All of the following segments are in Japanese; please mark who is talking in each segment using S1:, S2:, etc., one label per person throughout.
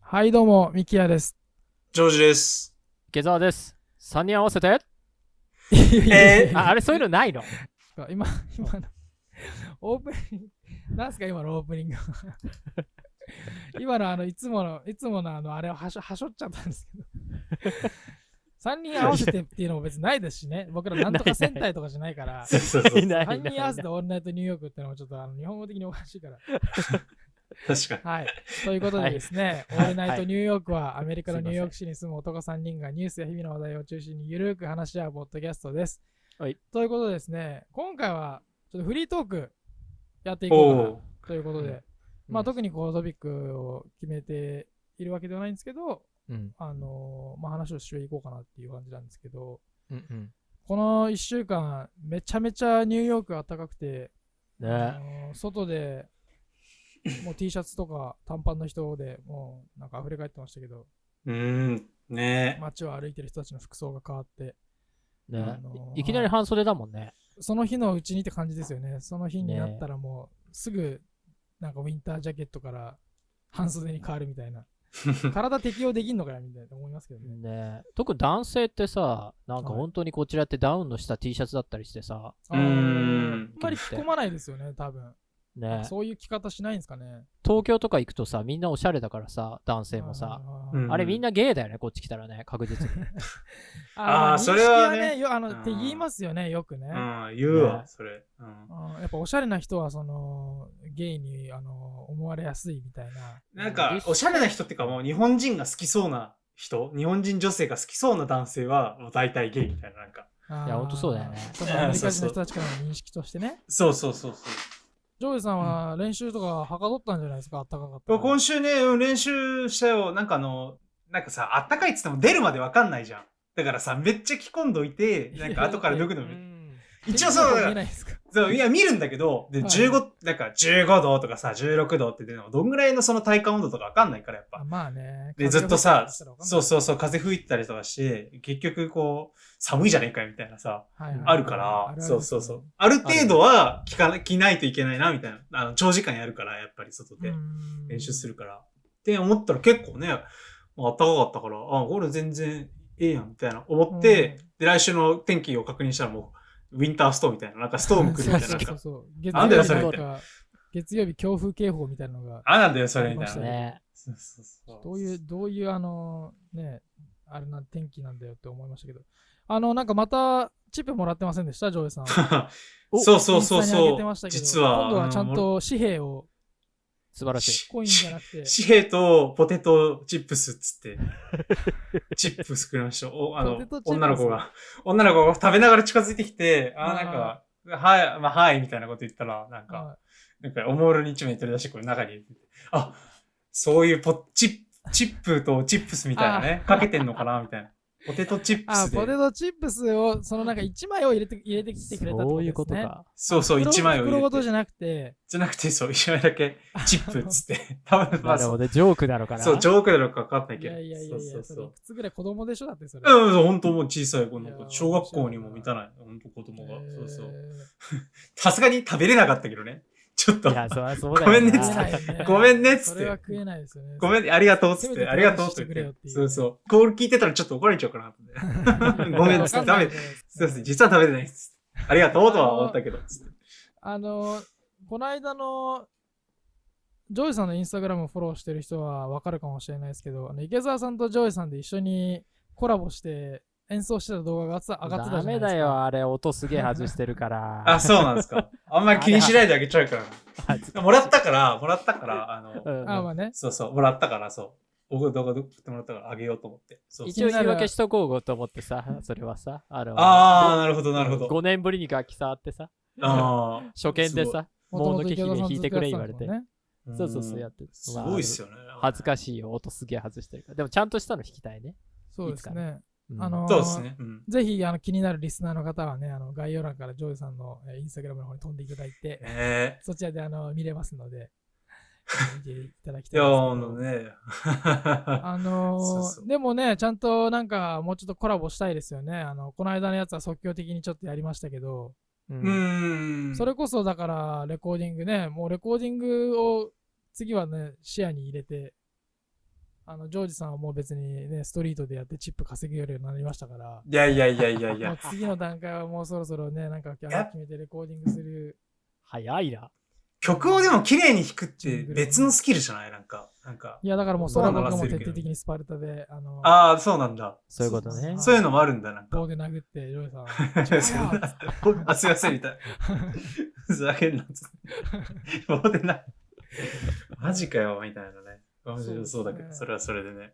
S1: はい、どうも、ミキヤです。
S2: ジョージです。
S3: 池澤です。3人合わせて、
S2: えー
S3: ああれそういうのないの
S1: 今、今の、オープニング、なんすか、今のオープニング。今の、あの、いつもの、いつもの、あの、あれをはしょ、はしょっちゃったんですけど。3人合わせてっていうのも別にないですしね。僕らなんとか戦隊とかじゃない から。
S2: そうそうそう。
S3: な
S1: 3人合わせてオールナイトニューヨークってのもちょっとあの日本語的におかしいから。
S2: 確かに。
S1: はい。ということでですね、
S3: は
S1: オー
S3: い
S1: ルナイトニューヨークはアメリカの
S3: すい
S1: ニュー
S3: ません
S1: ヨーク市に住む男3人がニュースや日々の話題を中心にゆるく話し合うポッドキャストです。
S3: はい
S1: ということでですね、今回はちょっとフリートークやってい
S2: お
S1: こうか
S2: お
S1: なということで、
S3: うん
S1: まあ
S3: うん
S1: 特にこうトピックを決めているわけではないんですけど、
S3: うん
S1: あのーまあ話をしていこうかなっていう感じなんですけど、
S3: うんうん。
S1: この1週間めちゃめちゃニューヨーク暖かくて、あ
S3: ね
S1: のー外でもう T シャツとか短パンの人でもうなんか溢れ返ってましたけど
S2: ー。うーん。ね
S1: 街を歩いてる人たちの服装が変わって
S3: ね
S1: あのー
S3: いいきなり半袖だもんね。
S1: その日のうちにって感じですよねその日になったらもうすぐなんかウィンタージャケットから半袖に変わるみたい な体適応できんのかよみたいな思いますけどね
S3: ね特に男性ってさ、なんか
S1: はい
S3: 本当にこちらってダウンのした T シャツだったりしてさ、
S1: あー
S2: うーん
S1: あんまり着込まないですよね多分
S3: ね
S1: そういう着方しないんですかね
S3: 東京とか行くとさ、みんなおしゃれだからさ、男性も
S1: は
S3: さ
S1: い。はいはいはい
S2: うん
S3: あれみんなゲイだよね、こっち来たらね、確実に。
S1: あー
S2: あー
S1: 認
S2: そ
S1: 識
S2: れはね
S1: よあの
S2: うん
S1: って言いますよねよくね、
S2: うん、言うわ、
S3: ね
S2: それ。うん。
S1: うんやっぱおしゃれな人はそのゲイにあの思われやすいみたいな。
S2: なんか、おしゃれな人っていうかもう日本人が好きそうな人、日本人女性が好きそうな男性はもう大体ゲイみたいな、なんか。
S1: い
S3: いやほんとそうだよね
S1: そのアメリカ人の人たちからの認識として ね。
S2: そうそうそうそう。
S1: ジョージさんは練習とかはかどったんじゃないですか、あったかかったから。
S2: 今週ね、うん練習したよ。なんかあの、なんかさ、あったかいっつっても出るまでわかんないじゃん。だからさ、めっちゃ着込んどいて、なんか後から脱ぐの
S3: う
S2: も。
S3: ん
S2: 一応そ
S1: 見
S2: う、だか
S1: え
S2: ら
S1: ないですか。
S2: そう、いや、見るんだけど、で、
S1: はい
S2: 15、なんか15度とかさ、16度ってでもどんぐらいのその体感温度とかわかんないから、やっぱ
S1: あ。まあね。
S2: で、ずっとさ、そう
S1: う。
S2: そうそう、風吹いてたりとかして、結局こう、寒いじゃねえかよみたいなさ、
S1: はいはい
S2: あるから、そうそうそう。。ある程度は着かな、着ないといけないな、みたいな。あの、長時間やるから、やっぱり外で練習す
S1: る
S2: るから。って思ったら結構ね、まあ暖かかったから、あ、これ全然ええやん、みたいな思って、で、来週の天気を確認したらもう、ウィンターストームみたいな、なんかストーム来るみたいな、なん
S1: そう
S2: か、
S1: そうそう。月
S2: なん
S3: だ
S1: 曜
S3: よ
S1: 日
S3: それ
S1: なんか、月曜日強風警報みたいなのが、
S2: あ、なんだよ、それ、みたいな。
S3: ね
S2: そうそうそう
S1: どういう、どういう、あの、ね、あれな天気なんだよって思いましたけど、あの、なんかまた、チップもらってませんでした、ジョージさんは。
S3: お
S2: そうそうそう
S1: インスタに上
S2: そ
S1: げてま
S2: う
S1: した。けど
S2: 実は、
S1: 今度はちゃん
S2: あの
S1: と紙幣を、
S3: 素晴らしい。
S2: し
S1: コインじゃなくて、
S2: 紙幣とポテトチップスっ つって、チップスくれました。おあ
S1: ポ
S2: の
S1: テトチップス
S2: 女の子が、女の子が食べながら近づいてきて、あー、
S1: あー
S2: なんか、はい、まあ、はい、みたいなこと言ったら、なんか、
S1: は
S2: なんか、おもむろに一枚取り出して、これ中に入れてて、あ、そういうポチップ、チップとチップスみたいなね、かけてんのかな、みたいな。ポテトチッ
S1: い
S2: プ
S1: あ
S2: ス
S1: ポテ
S2: で。
S1: トチップスを、そのなんか1枚を入れて入れてきてくれたってで
S3: そう
S1: すね。
S3: いうことか。
S2: そうそう、
S1: 袋。
S2: 一枚を
S1: 袋
S2: 入
S1: ご
S2: れ
S1: とじ
S2: て。
S1: ゃなくて、
S2: じゃなくて、そう、一枚だけ、チップっつ って。多分、ま
S3: な
S2: あ
S3: る
S2: そ
S3: ほ
S2: う、
S3: ど、ジョークなのかな。
S2: そう、ジョークなのか分かんない
S1: い
S2: けど。
S1: やいやいやい
S2: そ
S1: や、
S2: う
S1: それ
S2: そうそ
S1: いうく。つぐらい子供でしょだってそれ。
S2: うん、そう本当もう小さい子の
S1: いやー
S2: 小学校にも満たない、本当子供が。
S1: えー
S2: そうそう。さすがに食べれなかったけどね。ちょっと
S3: い、や、そりゃそうだよな
S2: ごめんね
S1: 食えないよね
S2: ごめんねっつって
S1: それは食えないですよね。
S2: ごめんね、ありがとうっつっ
S1: せめ
S2: て、
S1: て
S2: ありがとうっ
S1: 食
S2: て
S1: べてくれ
S2: 言
S1: よ
S2: っ
S1: って
S2: て。
S1: いう
S2: そうそう。コール聞いてたらちょっと怒られちゃうかなと思って。ごめんっつって、ダメ。すいません、実は食べてないっす。ありがとうとは思ったけど、つって。
S1: あの、この間の、ジョージさんのインスタグラムをフォローしてる人はわかるかもしれないですけど、あの池澤さんとジョージさんで一緒にコラボして演奏してた動画が上がってた上がってた
S3: ダ
S1: じゃない
S3: メ
S1: ですか。
S3: だよ、あれ、音すげえ外してるから。
S2: あ、そうなんですか。あんまり気にしないであげちゃうから
S3: 恥ず
S2: な。もらったから、もらったから、あの、
S3: うん
S1: あ、まあね。
S2: そうそう、もらったから、そう。僕、動画撮ってもらったからあげようと思って。そうそう。
S3: 一応言い訳しとこうと思ってさ、 それはさ、あの、
S2: ああ、なるほど、なるほど。
S3: 5年ぶりに楽器触ってさ、
S2: あー
S3: 初見です
S2: ご
S3: さ、もうのけ姫弾いてくれ言われ
S1: ずってとや、って
S3: そうそうそうやってる。
S2: すごいっすよね。
S3: まあ恥ずかしいよ、音すげえ外してるから。でもちゃんとしたの弾きたいね。
S1: たんですもんね。そうですね。
S3: うん
S1: あ、のー
S2: そうですね。うん。
S1: ぜひあの気になるリスナーの方はね、あの概要欄からジョージさんのえーインスタグラムの方に飛んでいただいて、
S2: え
S1: そちらであの見れますので、見ていただき
S2: え
S1: たい
S2: いや、
S1: んですけど
S2: あのね。
S1: あのー
S2: そうそう
S1: でもね、ちゃんとなんかもうちょっとコラボしたいですよね。あのこの間のやつは即興的にちょっとやりましたけど、
S3: う
S2: うんーん。
S1: それこそだからレコーディングね、もうレコーディングを次はね、視野に入れてあのジョージさんはもう別にね、ストリートでやってチップ稼げるようになりましたから、
S2: いやいやいやいやい
S1: もう
S2: や。
S1: 次の段階はもうそろそろね、なんかキャラ決めてレコーディングする。
S3: 早いな。
S2: 曲をでも綺麗に弾くって別のスキルじゃないなんか、なんか。
S1: いや、だからもうそれは僕はもう
S2: そうなら
S1: 徹
S2: せるけど
S1: 底的にスパルタで、あの、
S2: ああ、そうなんだ。
S3: そういうことね。
S2: そういうのもあるんだ、なんか
S1: 棒。で殴って、ジョージさんは
S2: そんな あ、すいません、みたいな。ふざけんな、つって。棒でない。マジかよ、みたいなね。面白そうだけど、それはそれでね。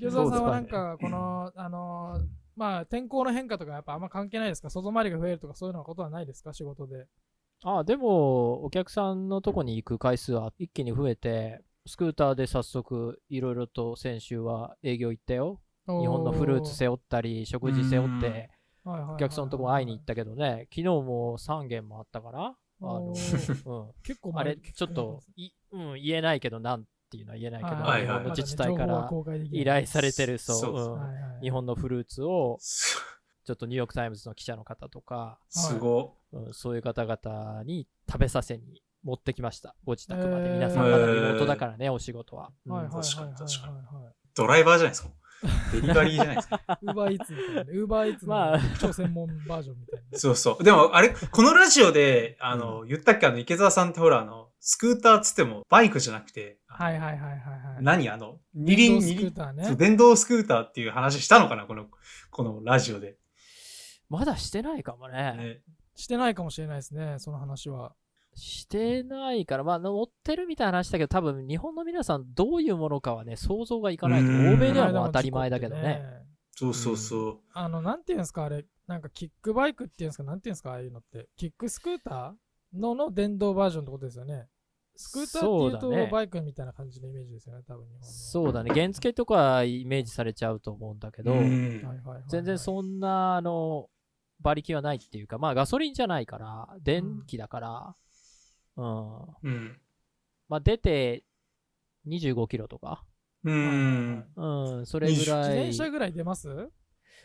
S1: 餃子さんはなんか、この、あの、まあ、天候の変化とかやっぱあんま関係ないですか外回りが増えるとかそういうのことはないですか仕事で。
S3: あ、でも、お客さんのとこに行く回数は一気に増えて、スクーターで早速、いろいろと先週は営業行ったよ。日本のフルーツ背負ったり、食事背負っ
S2: う
S3: て、
S1: お
S3: お客さんのとこ会いに行ったけどね、昨日も3軒もあったから、あの
S1: お、
S3: うん。
S1: 結構
S3: あ
S1: 前
S3: れ、ちょっと、い、うん、言えないけど、なんていうのは言えないけど、
S2: はい
S3: 日
S2: はい
S3: 本の自治体から依頼されてる、そう
S2: そうそううん
S1: はいはい
S3: 日本のフルーツを、
S2: す
S3: ちょっとニューヨークタイムズの記者の方とか、
S2: すご。
S3: うん、そういう方々に食べさせに持ってきました、ご自宅まで。皆さん、
S2: へー
S3: まだリモートだからね、お仕事は。うん
S1: はいはいはい
S2: 確か
S1: はい
S2: に確か
S1: は
S2: ドライバーじゃないですか。デリバリーじゃないですか。
S1: い。ウーバーイーツみたいなね。ウーバーイーツ
S3: ま
S1: の
S3: あ
S1: 超専門バージョンみたいな。
S2: そうそう。でも、あれ、このラジオで、あの、言ったっけ、あの、池澤さんってほら、あの、スクーターっつっても、バイクじゃなくて、
S1: はいはいはいはいはい。
S2: 何あの、二
S1: 電
S2: 輪、
S1: 動ス
S2: 二
S1: クー
S2: 輪
S1: ター
S2: そう
S1: ね。
S2: 電動スクーターっていう話したのかなこの、このラジオで。
S3: まだしてないかもね。
S2: ね、
S1: してないかもしれないですね、その話は。
S3: してないから、まあ、乗ってるみたいな話だけど、多分、日本の皆さん、どういうものかはね、想像がいかないと、
S2: うーん
S3: 欧米ではもう当たり前だけどね。。
S2: そうそうそう。
S1: あの、なんていうんですか、あれ、なんかキックバイクっていうんですか、なんていうんですか、ああいうのって。キックスクーターのの電動バージョンってことですよね。スクーターって
S3: そう
S1: い
S3: だ
S1: う
S3: ね
S1: と、バイクみたいな感じのイメージですよね、多分日本の。
S3: そうだね、原付とかイメージされちゃうと思うんだけど、
S2: ん
S1: はいはいはいはい
S3: 全然そんな、あの、馬力はないっていうか、まあ、ガソリンじゃないから、電気だから、うん、
S2: うん。
S3: まあ、出て25キロとか、
S2: う
S1: はいはい
S2: ん。
S3: うん、それぐ
S1: 自
S3: らい、
S1: 転
S3: 自
S1: 車ぐらい出ますう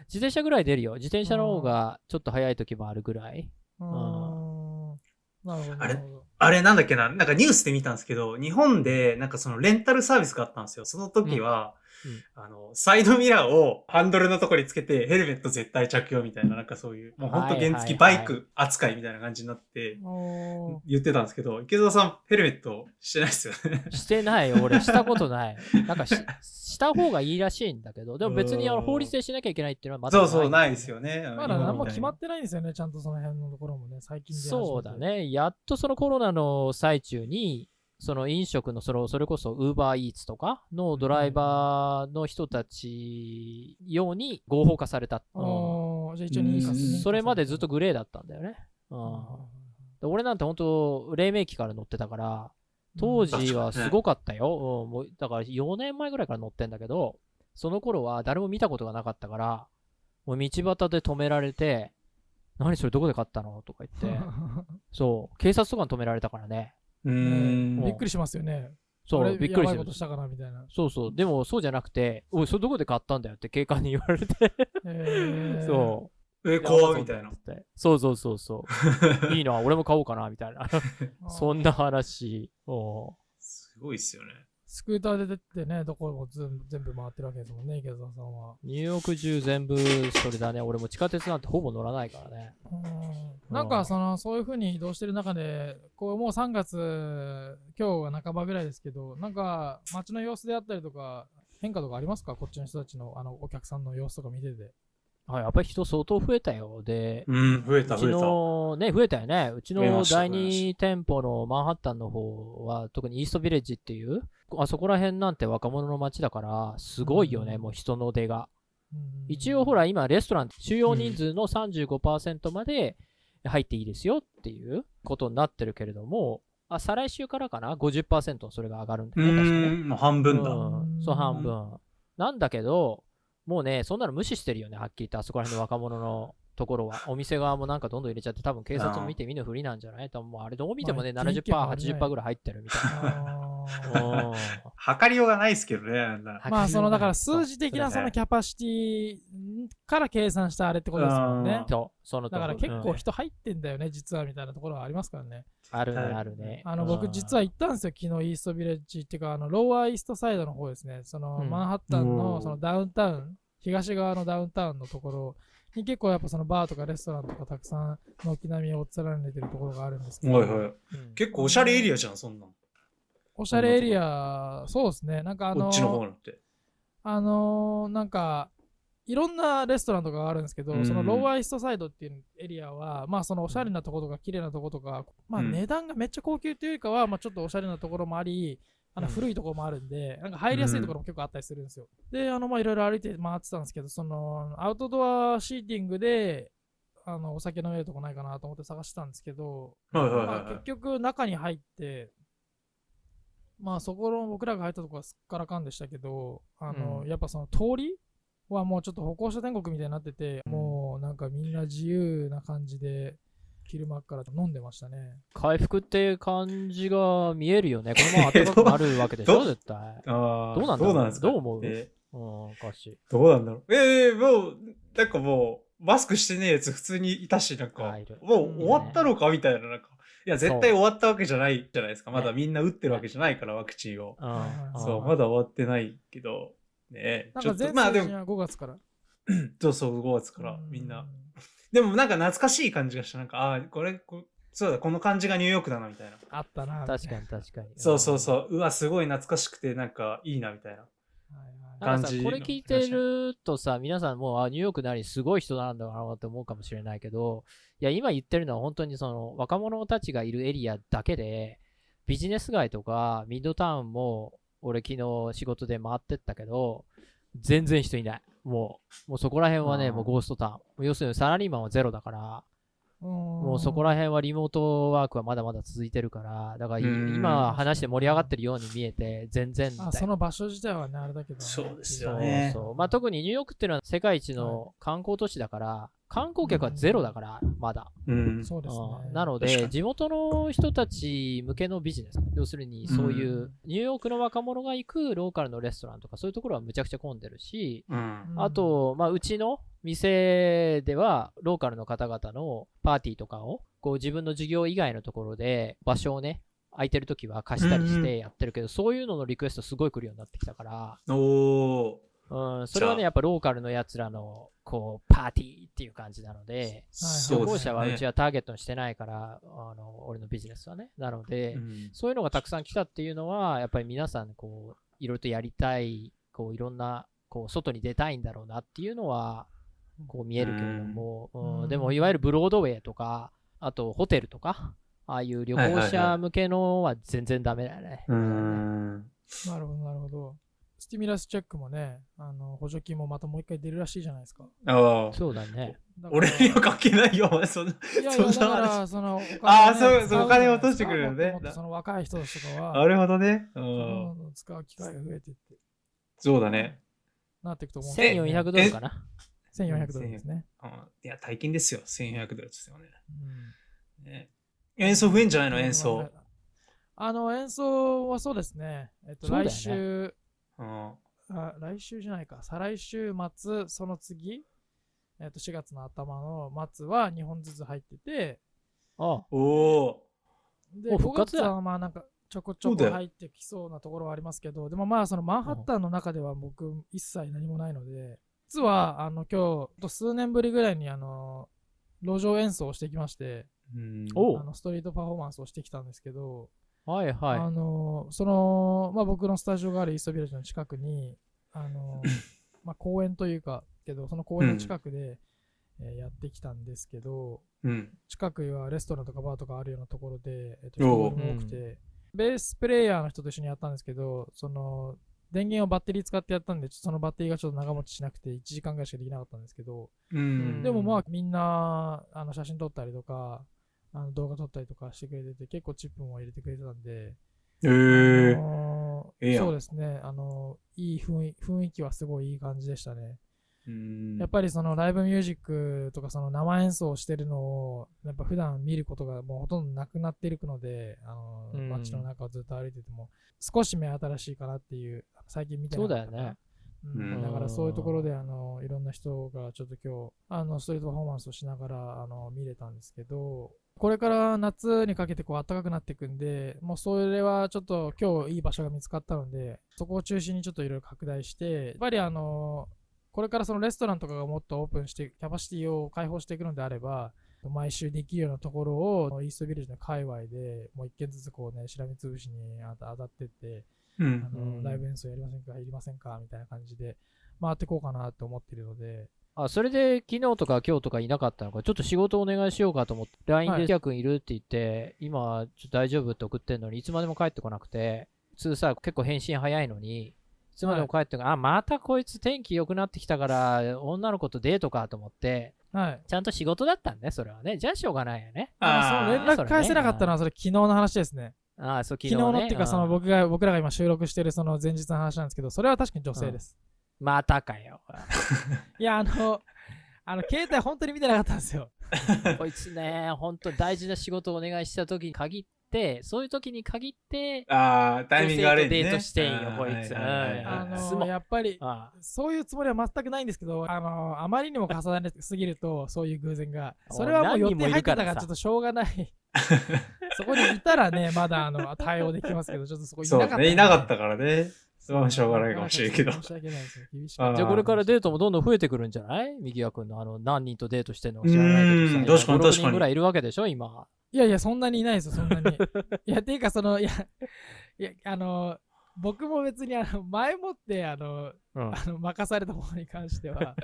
S3: 転車ぐらい出るよ。自転車の方がちょっと早い時もあるぐらい。
S1: ーん。なるほど。
S2: あ
S1: な
S2: れ
S1: るほど
S2: あれなんだっけななんかニュースで見たんですけど、日本でなんかそのレンタルサービスがあったんですよ。その時は、
S3: うんう
S2: あの、サイドミラーをハンドルのとこにつけて、ヘルメット絶対着用みたいな、なんかそういう、もうほんと原付き
S3: は
S2: バ
S3: いは
S2: イ
S3: いはい
S2: ク扱いみたいな感じになって、
S1: おー
S2: 言ってたんですけど、池澤さんヘルメットしてないですよ ね。
S3: してないよ、俺、したこ とない。なんかし、した方がいいらしいんだけど、でも別にあの
S2: うん
S3: 法律でしなきゃいけないっていうのはまだ
S2: そうそう、ないですよね。
S1: まだ何も
S2: 今みたいに
S1: 決まってないんですよね、ちゃんとその辺のところもね、最近で。
S3: そうだ。ね。やっとそのコロナの最中に、その飲食のその、それこそ UberEats とかのドライバーの人たち用に合法化された。うん
S1: おーじゃあ一応認可認可さ
S2: うん
S1: れた
S3: それまでずっとグレーだったんだよね。う
S1: うんん
S3: で俺なんて本当黎明期から乗ってたから、当時はすごかったよ。うんもうだから4年前ぐらいから乗ってんだけど、その頃は誰も見たことがなかったから、もう道端で止められて、何それどこで買ったのと か言って、そう、警察とかに止められたからね。
S2: うー
S1: ね
S2: ん
S1: びっくりしますよね。
S3: そ
S1: あ
S3: う、
S1: れ
S3: びっく
S1: や
S3: り
S1: ばい
S3: する
S1: こと。したかなみたいな。
S3: そうそう、でもそうじゃなくて、おい、それどこで買ったんだよって警官に言われて、
S1: えー
S3: そ
S2: え、
S3: う。
S2: 怖いみたいな
S3: っ。てそうそうそう そう。いいな、俺も買おうかな、みたいな。
S1: あー
S3: そんな話。おう
S2: すごいっすよね。
S1: スクーターで出てってね、どこも全部全部回ってるわけですもんね、池澤さんは。
S3: ニューヨーク中全部それだね。俺も地下鉄なんてほぼ乗らないからね。
S1: うんなんかそのそういうふうに移動してる中でこうもう3月今日は半ばぐらいですけどなんか街の様子であったりとか変化とかありますかこっちの人たちのあのお客さんの様子とか見てて
S3: はい、やっぱり人相当増えたよ。で、
S2: うん、増えた、
S3: うち
S2: 増えた。
S3: の、ね、増えたよね。うち
S2: 増えま
S3: の
S2: した
S3: 第2店舗のマンハッタンの方は、特にイーストビレッジっていう、あそこら辺なんて若者の街だから、すごいよね、
S1: うん
S3: もう人の出が。
S1: うん
S3: 一応ほら、今、レストラン、収容人数の35%まで入っていいですよっていうことになってるけれども、あ再来週からかな、50%それが上がるんだ
S2: う
S3: よね、確かね。
S2: ーん、もう半分だ。
S3: うん、そう、半分。なんだけど、もうね、そんなの無視してるよね、はっきり言って、あそこら辺の若者のところ は。お店側もなんかどんどん入れちゃって、多分警察も見て見ぬふりなんじゃない多分もうあれどう見てもね、
S1: まあ
S3: 70%、
S1: 一見はね
S3: 80%ぐらい入ってるみたいな。
S1: あ
S3: うん
S2: 測りようがないですけどね、あんな。
S1: まあそのだから数
S3: 字
S1: 字的なそ
S2: そうだ
S1: の
S2: ね
S1: キャパシティから計算したあれってことですもんね。
S3: と、その通
S1: だ
S3: り
S1: から結
S3: う
S1: 構
S3: ん
S1: 人入ってんだよね、実はみたいなところはありますからね。
S3: あるね、あるね。
S1: あの僕実は行ったんですよ、昨日イーストビレッジっていうか、あのローアーイーストサイドの方ですね、その
S3: うん
S1: マンハッタン
S2: う
S1: の
S2: ん
S1: そのダウンタウン、東側のダウンタウンのところに結構やっぱそのバーとかレストランとかたくさん軒並みを連ねてるところがあるんですけど、
S2: はいはい。
S3: うん
S2: 結構おしゃれエリアじゃん、そんなん。
S1: おしゃれエリア、そうですね、なんかあ
S2: こ
S1: の
S2: っちの方なんて。
S1: あのーなんか、いろんなレストランとかがあるんですけど、
S2: うん
S1: そのローアイーストサイドっていうエリアは、まあそのおしゃれなとことか綺麗なとことか、まあ
S2: うん
S1: 値段がめっちゃ高級というよりかは、まあちょっとおしゃれなところもあり、あの
S3: うん
S1: 古いところもあるんで、なんか入りやすいところも結構あったりするんですよ。で、あのまあいろいろ歩いて回ってたんですけど、そのアウトドアシーティングで、あのお酒飲めるとこないかなと思って探してたんですけど、
S2: はいはい
S1: まあ
S2: はいはい
S1: 結。局中に入ってまあそこの僕らが入ったとこはすっからかんでしたけどあの、
S3: うん
S1: やっぱその通りはもうちょっと歩行者天国みたいになってて、
S3: うん
S1: もうなんかみんな自由な感じで昼間から飲んでましたね
S3: 回復っていう感じが見えるよね。このまま暖かくなるわけでし
S2: け
S3: ょ、
S2: ど
S3: 絶対。
S2: あー
S3: どうなんだろ
S2: どう
S3: う
S2: なんですか
S3: どう思う
S2: え
S3: うん、おかしい。
S2: ーどうなんだろうええもう、なんかもう、マスクしてねえやつ普通にいたし、なんか
S3: あいる、
S2: もう終わったのかみたいな、なんか。いや、絶対終わったわけじゃないじゃないですか。まだみんな打ってるわけじゃないから、ワクチンを。
S3: うん
S1: はい
S2: そう、
S3: ん
S2: まだ終わってないけど、ねえ
S1: なん
S2: ちょ
S1: か
S2: っ
S1: 全
S2: と、まあ
S1: 成
S2: で
S1: 人
S2: も、
S1: は5月から
S2: そうそう、5月から、みんな。でもなんか懐かしい感じがした。なんか、ああ、これ、こそうだ、この感じがニューヨークだな、みたいな。
S1: あったな
S3: 確かに確かに。
S2: そうそう
S3: う
S2: そう。うわ、すごい懐かしくて、なんか、いいな、みたいな。
S1: に、はい
S3: ん。
S1: はい
S3: なんか
S2: 感
S3: さ、
S2: じ
S3: これ聞いてるとさ、皆さんもう、あ、ニューヨークなりすごい人なんだろうなって思うかもしれないけど、いや、今言ってるのは本当にその若者たちがいるエリアだけで、ビジネス街とかミッドタウンも、俺昨日仕事で回ってったけど、全然人いない。もう、もうそこら辺はね、
S2: うん
S3: もうゴーストタウン。もう要するにサラリーマンはゼロだから、
S1: も
S3: もうそこら辺はリモートワークはまだまだ続いてるから、だからい
S2: うん
S3: 今話して盛り上がってるように見えて、全然だよ
S1: あその場所自体はねあれだけど、
S2: そうです
S3: そ
S2: よ
S3: う
S2: ね
S3: そうまあ、特にニューヨークっていうのは世界一の観光都市だから、観光客はゼロだから、まだ。
S2: うん。
S1: そうです
S3: う
S1: ね
S3: んなの
S2: 確か
S3: で、
S2: に
S3: 地元の人たち向けのビジネス、要するにそういううんニューヨークの若者が行くローカルのレストランとか、そういうところはむちゃくちゃ混んでるし、
S2: うん。
S3: あと、まあ、うちの店では、ローカルの方々のパーティーとかを、こう自分の授業以外のところで場所をね、空いてる時は貸したりし
S2: うんう
S3: てやってるけど、そういうののリクエストすごい来るようになってきたから、
S2: おー。
S3: うん、それは
S2: じゃ
S3: ね、
S2: あ
S3: やっぱローカルのやつらの、こう、パーティーっていう感じなので、
S1: そうですね
S3: 旅行者はうち
S2: は、
S3: はターゲットにしてないから、あの俺のビジネスはね。なので、
S2: うん
S3: そういうのがたくさん来たっていうのは、やっぱり皆さん、こう、いろいろとやりたい、こう、いろんな、こう、外に出たいんだろうなっていうのは、こう見えるけれども、
S1: うん
S3: うんでも、いわゆるブロードウェイとか、あと、ホテルとか、ああいう旅
S2: はい
S3: 行
S2: はいは
S3: 者
S2: い
S3: 向けのは全然ダメだよね。
S2: うん。
S1: なるほど、なるほど。スティミュラスチェックもね、あの補助金もまたもう一回出るらしいじゃないですか。
S2: ああ。
S3: そうだね。
S1: だから
S2: 俺には関係ないよ、お前、そんな。
S1: いやいや、だ
S2: そんな
S1: か
S2: 話
S1: ら、その、お金をね
S2: あーそ
S1: 使じゃな
S2: う
S1: いですか
S2: そうお金落としてくるよ
S1: もっ
S2: ね
S1: ともっとその若い人たちとか
S2: な
S1: は、
S2: るほどね。う
S1: ど
S2: ん。
S1: んどん使う機会が増えてって、
S2: そうだね。
S1: なっていくと思うんですよね
S3: 1400ドルかな。
S1: 1400ドルですね。
S2: うんいや、大金ですよ。1400ドルですよね。
S1: うん
S2: ね演奏増えんじゃないの、演奏。。
S1: あの、演奏はそうですね。えっと、
S3: そうだよね
S1: 来週、
S2: うん。
S1: あ来週じゃないか、再来週末、その次、えっと、4月の頭の末は2本ずつ入ってて、
S3: ああ
S2: おお。
S1: で、
S3: もう
S1: 5
S3: 復活
S1: 月
S3: だ
S1: はまあなんかちょこちょ
S2: そうだ
S1: こ
S2: よ
S1: 入ってきそうなところはありますけど、でもまあそのマンハッタンの中では僕一切何もないので、実はあの今日、数年ぶりぐらいにあの、路上演奏をしてきまして、
S2: うん
S3: お
S1: あのストリートパフォーマンスをしてきたんですけど、
S3: はいはい。
S1: あの、その、まあ僕のスタジオがあるイーストビレッジの近くに、あの、 まあ公園というか、けど、その公園の近くで、えーやってきたんですけど、
S2: うん。
S1: 近くはレストランとかバーとかあるようなところで、えっと、人
S2: おう
S1: 通りも多くて、ベースプレイヤーの人と一緒にやったんですけど、その、電源をバッテリー使ってやったんで、ちょっとそのバッテリーがちょっと長持ちしなくて、1時間ぐらいしかできなかったんですけど、
S2: うん
S1: でもまあ、みんな、あの、写真撮ったりとか、あの動画撮ったりとかしてくれてて、結構チップも入れてくれてたんで、
S2: へえ
S1: あ。のー
S2: ええやん
S1: そうですね、あのいい雰囲雰囲気はすごいいい感じでしたね。
S2: うん
S1: やっぱりそのライブミュージックとかその生演奏をしてるのをやっぱ普段見ることがもうほとんどなくなっていくのであの、
S3: うん
S1: 街の中をずっと歩いてても少し目新しいかなっていう最近見てなかった
S3: そうだよね
S1: う
S2: うん
S1: ん、だからそういうところであのいろんな人がちょっと今日あのストリートパフォーマンスをしながらあの見れたんですけどこれから夏にかけてこう暖かくなっていくんでもうそれはちょっと今日いい場所が見つかったのでそこを中心にちょっといろいろ拡大してやっぱりあのこれからそのレストランとかがもっとオープンしてキャパシティを開放していくのであれば毎週できるようなところをイーストビレッジの界隈でもう一軒ずつこうねしらみつぶしにあた当たってってあ
S2: うん。
S3: う
S1: の
S3: ん
S1: ライブ演奏やりませんかやりませんかみたいな感じで回ってこうかなと思ってるので
S3: あ、それで昨日とか今日とかいなかったのか、ちょっと仕事お願いしようかと思って、LINE
S1: はい
S3: でキャ君いるって言って、今ちょっと大丈夫って送ってんのに、いつまでも帰ってこなくて、普通さ、結構返信早いのに、いつまでも帰ってこあ、またこいつ天気良くなってきたから、女の子とデートかと思って、
S1: はい
S3: ちゃんと仕事だったんね、それはね。じゃあしょうがないよね。
S1: あそう連
S3: そ
S1: 絡
S3: れね
S1: 返せなかったのはそれ昨日の話ですね
S3: ああ、そう、昨日、
S1: 昨日
S3: ね、
S1: のっていうかその
S3: ん
S1: 僕が僕らが今収録してるその前日の話なんですけどそれは確かに女性です
S3: またかよ。
S1: いやあの あの携帯本当に見てなかったんですよ
S3: こいつね、本当大事な仕事をお願いした時に限って、そういう時に限 って、
S2: ああ、タイミング悪いね。
S3: 女性とデートしてんよ
S2: あー
S3: こいつ
S2: はははいはい
S1: あ
S3: すま
S1: の
S3: ん
S1: やっぱり
S3: あ
S1: そういうつもりは全くないんですけどあのあまりにも重ねすぎるとそういう偶然が
S3: お
S1: それはもう予
S3: 何人も
S1: 定入
S3: いる
S1: ってた
S3: か
S1: からら
S3: さ
S1: ちょっとしょうがない そこにいたらねまだあの対応できますけどちょっとそこいなか
S2: そ
S1: った
S2: うん
S1: で
S2: ね、いなかったからね。それはしょうがないかもしれんけど
S1: 申し訳ないですね厳し
S2: あ
S1: く
S2: ー
S3: じゃあこれからデートもどんどん増えてくるんじゃない右輪君のあの何人とデートしてんのか知らないけど
S2: う
S3: さ
S2: ん確かに確
S3: 5 6
S2: かに
S3: 人ぐらいいるわけでしょ、今。
S1: いやいや、そんなにいないですよ、そんな に。いや、ていうか、その、いや、いや、あの、僕も別に、あの、前もって、あの、
S3: うん
S1: あの任されたものに関して は、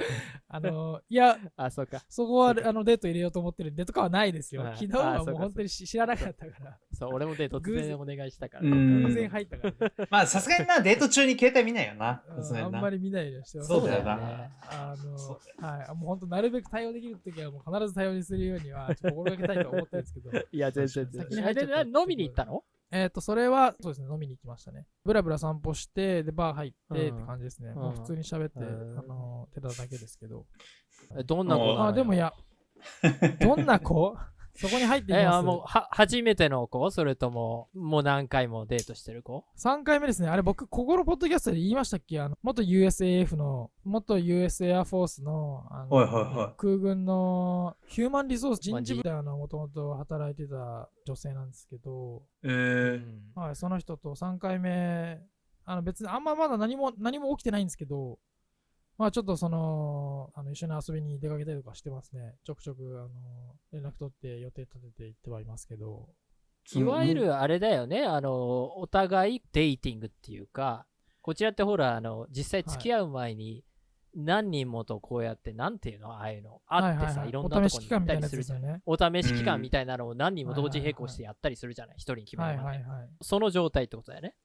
S1: あの、いや、
S3: あ、そうか。
S1: そこは、
S3: そうか
S1: あの、デート入れようと思ってるんでとかはないですよ
S3: は。い
S1: 昨日は
S3: あそ
S1: も
S3: う
S1: う
S3: か
S1: 本当にし知らなかったから、
S3: そう、俺もデート突然お願いしたから。
S2: 偶然うん
S1: 偶然入ったから ね、
S2: まあ、さすがにな、デート中に携帯見ないよな。さす
S1: う
S2: が
S1: んあ
S2: に
S1: ん
S2: な
S1: まり見ないようにしてます
S2: そうだよ
S3: そうだよ
S2: な
S3: ね。
S1: あ
S2: そう
S1: の、はい、もう本当、なるべく対応できるときは、もう必ず対応にするようには、ちょっと心がけたいと思ってるんですけど、
S3: いや、全然全
S1: 先に
S3: 然。
S1: 入
S3: え
S1: っちゃ
S3: で
S1: ったっていう
S3: な飲みに行ったの
S1: えっ、と、それは、そうですね、飲みに行きましたね。ブラブラ散歩して、で、バー入ってって感じですね。
S3: ん
S1: もう普通に喋って、
S3: うん
S1: あのー、てただけですけど。
S3: えどんな子なのよ
S1: あ、でもい。 や、どんな子そこに入ってい
S3: え、
S1: きま
S3: あ
S1: す、
S3: もうは初めての子それとも、もう何回もデートしてる子
S1: 3回目ですね。あれ、僕、ここのポッドキャストで言いましたっけあの、元 USAF の、元 US エアフォースの、あの
S2: はいはいはい
S1: 空軍のヒューマンリソース
S3: まあ
S1: 人事部で、あの、もともと働いてた女性なんですけど、
S2: え
S3: う
S2: ー、
S3: ん
S1: はい、その人と3回目、あの別にあんままだ何も何も起きてないんですけど、まあちょっとその、あの一緒に遊びに出かけたりとかしてますね。ちょくちょく、あの、連絡取って予定立てて行ってはいますけど、
S3: いわゆるあれだよね、あの、お互いデイティングっていうか、こちらってほら、あの、実際付き合う前に、何人もとこうやって、なんていうのああいうの。あってさ、いろんな
S1: お
S3: と
S1: 試
S3: こ
S1: し
S3: に
S1: 期
S3: 行
S1: 間
S3: っ
S1: みた
S3: た
S1: いな
S3: り
S1: やつ
S3: す
S1: で
S3: る
S1: す
S3: じゃ
S1: よ
S3: ん。
S1: ね。
S3: お試し期間みたいなのを何人も同時並行してやったりするじゃない一人に決め
S1: は
S3: る
S1: い
S3: ま
S1: は
S3: で
S1: い。はい。
S3: その状態ってことだよね。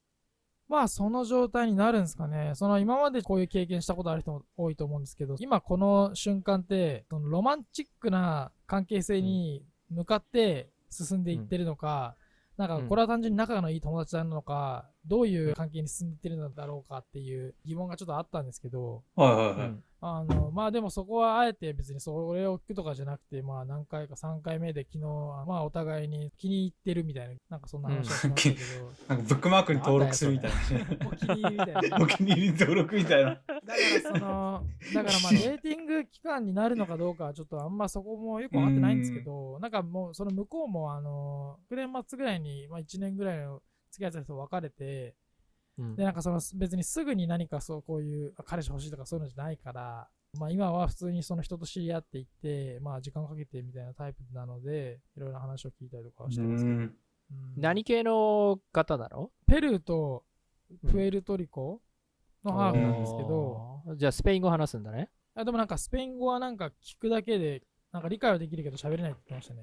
S1: まあその状態になるんですかね。その今までこういう経験したことある人も多いと思うんですけど、今この瞬間って、そのロマンチックな関係性に向かって進んでいってるのか、なんかこれは単純に仲のいい友達なのか、どういう関係に進んでいってるのだろうかっていう疑問がちょっとあったんですけど、
S2: はいはいはい。
S1: あのまあでもそこはあえて別にそれを聞くとかじゃなくて、まあ何回か3回目で昨日、まあお互いに気に入ってるみたいな、なんかそんな話をしましたけど、
S2: なんかブックマークに登録するみたい
S1: お気に入りみたいな。
S2: な。お気に入りに登録みたいな。
S1: だからその、だからまあ、レーティング期間になるのかどうかは、ちょっとあんまそこもよくわかってないんですけど、なんかもう、その向こうも、あの、9年末ぐらいに、まあ、1年ぐらいの付き合ってた人と別れて、
S3: うん
S1: で、なんかその、別にすぐに何かそう、こういう、あ彼氏欲しいとかそういうのじゃないから、まあ今は普通にその人と知り合っていって、まあ時間をかけてみたいなタイプなので、いろいろ話を聞いたりとかはしてますけど。うん
S3: 何系の方なの
S1: ペルーとプエルトリコのハーフなんですけど、
S3: ど。じゃあスペイン語話すんだね。
S1: あでもなんかスペイン語はなんか聞くだけで、なんか理解はできるけど喋れないって言ってましたね。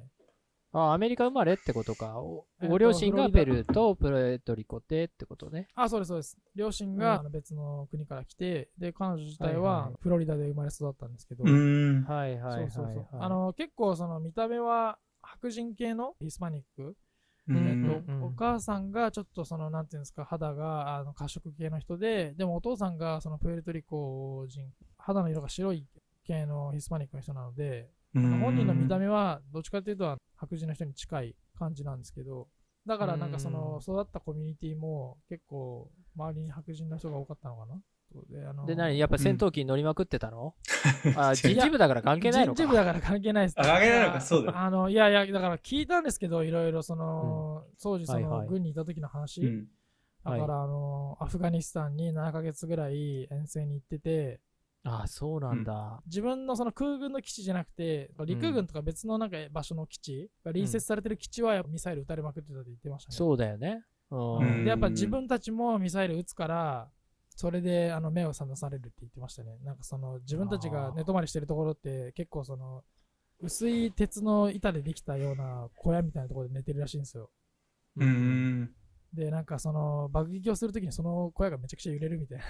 S3: あアメリカ生まれってことか。お
S1: えっと
S3: ご両親が
S1: フロ
S3: ペ
S1: リダ
S3: ルーとプエルトリコでってことね。
S1: あ、そうです、そうです。両親が
S3: うん
S1: あの別の国から来て、で、彼女自体
S3: はい
S1: は
S3: はい
S1: フロリダで生まれ育ったんですけど、
S2: うん。
S3: はいはいはい、
S1: そ
S3: は
S1: う
S3: い。
S1: そうそう。あの、結構その見た目は白人系のヒスパニック、え
S2: う
S1: っ
S2: ん
S1: と
S3: うんうん
S1: お母さんがちょっとその、なんていうんですか、肌があの褐色系の人で、でもお父さんがそのプエルトリコ人、肌の色が白い系のヒスパニックの人なので、
S2: うん
S1: 本人の見た目はどっちかっていうと白人の人に近い感じなんですけどだからなんかその育ったコミュニティも結構周りに白人の人が多かったのかなそうであの
S3: で、何やっぱ戦闘機に乗りまくってたの、 あ、人事部だから関係ないのか。
S1: 人事部だから関係ないです
S2: あ関係ないのかそうだ
S1: あのいやいやだから聞いたんですけどいろいろその、当時そ
S3: はいは
S1: の
S3: い
S1: 軍にいた時の話、
S2: うん
S1: だからあのアフガニスタンに7ヶ月ぐらい遠征に行ってて
S3: あ、そうなんだ。
S1: 自分のその空軍の基地じゃなくて陸軍とか別のなんか場所の基地が隣接されてる基地はミサイル撃たれまくってたって言ってましたね。
S3: そうだよね。う
S2: うん
S3: ん。
S1: でやっぱ自分たちもミサイル撃つからそれであの目を覚まされるって言ってましたねなんかその自分たちが寝泊まりしてるところって結構その薄い鉄の板でできたような小屋みたいなところで寝てるらしいんですよ
S2: うーん。
S1: でなんかその爆撃をするときにその小屋がめちゃくちゃ揺れるみたい な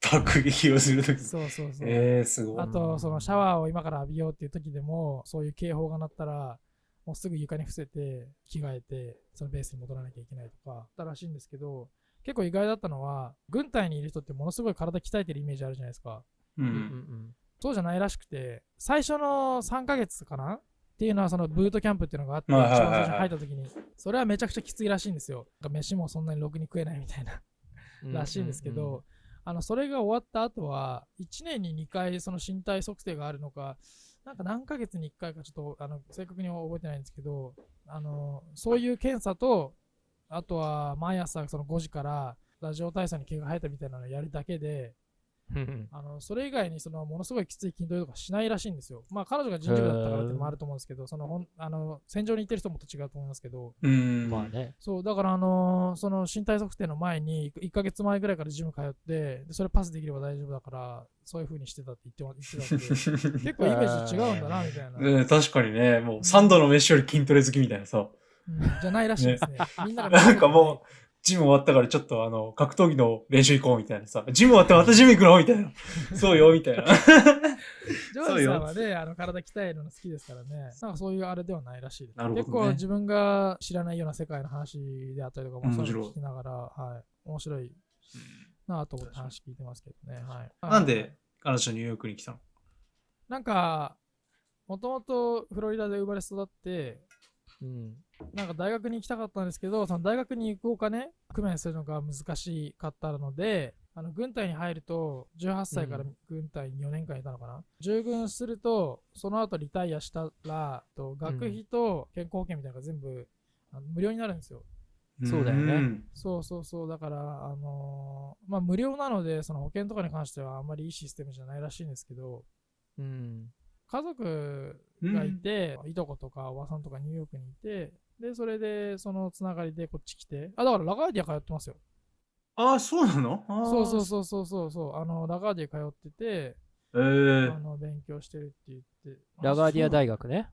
S2: 爆撃をするとき。
S1: そうそうそう、
S2: えー、すごい
S1: あ。とそのシャワーを今から浴びようっていう時でもそういう警報が鳴ったらもうすぐ床に伏せて着替えてそのベースに戻らなきゃいけないとかあったらしいんですけど結構意外だったのは軍隊にいる人ってものすごい体鍛えてるイメージあるじゃないですか
S2: う
S3: うんうん
S2: ん。
S1: そうじゃないらしくて最初の3ヶ月かなっていうのはそのブートキャンプっていうのがあって一
S2: はい
S1: 番
S2: はいは
S1: 最
S2: いはい
S1: 初に入った時にそれはめちゃくちゃきついらしいんですよなんか飯もそんなにろくに食えないみたいな
S3: うん
S1: らしいんですけど、。あのそれが終わった後は1年に2回その身体測定があるのかなんか何ヶ月に1回かちょっとあの正確には覚えてないんですけどあのそういう検査とあとは毎朝その5時からラジオ体操に毛が生えたみたいなのをやるだけで
S3: うんうん
S1: あのそれ以外にそのものすごいきつい筋トレとかしないらしいんですよまあ彼女が人事部だったからっていうのもあると思うんですけどそのほんあの戦場に行ってる人もと違うと思いますけど
S2: うん。
S3: まあ ね。
S1: そう、だから、あのーその身体測定の前に、1ヶ月前ぐらいからジム通って、でそれパスできれば大丈夫だから、そういう風にしてたって言ってま言ってたんで、 結構イメージ違うんだな、みたいな、
S2: ね確かにね、もう3度の飯より筋トレ好きみたいなさ。
S1: うんじゃないらしいですね。みん なが
S2: なんかもう、ジム終わったからちょっとあの、格闘技の練習行こうみたいなさ。ジム終わってまたジム行くのみたいな。そうよ、みたいな。
S1: ジョージさんはね、あの体鍛えるの好きですからね、なんかそういうあれではないらしいです。
S2: なるほどね
S1: 結構自分が知らないような世界の話であったりとかも、そういうの
S2: 面白い
S1: 聞きながら、はい、面白いなと思って話聞いてますけどね。はい、
S2: なんで彼女ニューヨークに来たの
S1: なんか、もともとフロリダで生まれ育って、
S3: うん。
S1: なんか大学に行きたかったんですけど、その大学に行くお金、工面するのが難しかったので、あの軍隊に入ると、18歳から
S3: うん
S1: 軍隊に4年間いたのかな、従軍すると、その後リタイアしたら、と学費と健康保険みたいなのが全部あの無料になるんですよ。
S3: そうだよね
S2: ん
S1: そうそうそう、だから、あのーまあ、無料なので、その保険とかに関してはあんまりいいシステムじゃないらしいんですけど、
S3: うん。
S1: 家族
S2: うん
S1: がいて、いとことかおばさんとかニューヨークにいて、で、それで、そのつながりでこっち来て、あ、だからラガーディア通ってますよ。
S2: ああ、そうなのあー
S1: そうそうそうそうそうそう、あの、ラガーディア通ってて、
S2: え
S1: あ
S2: ー、
S1: の、勉強してるって言って。
S3: ラガーディア
S1: 学。
S3: 大学ね。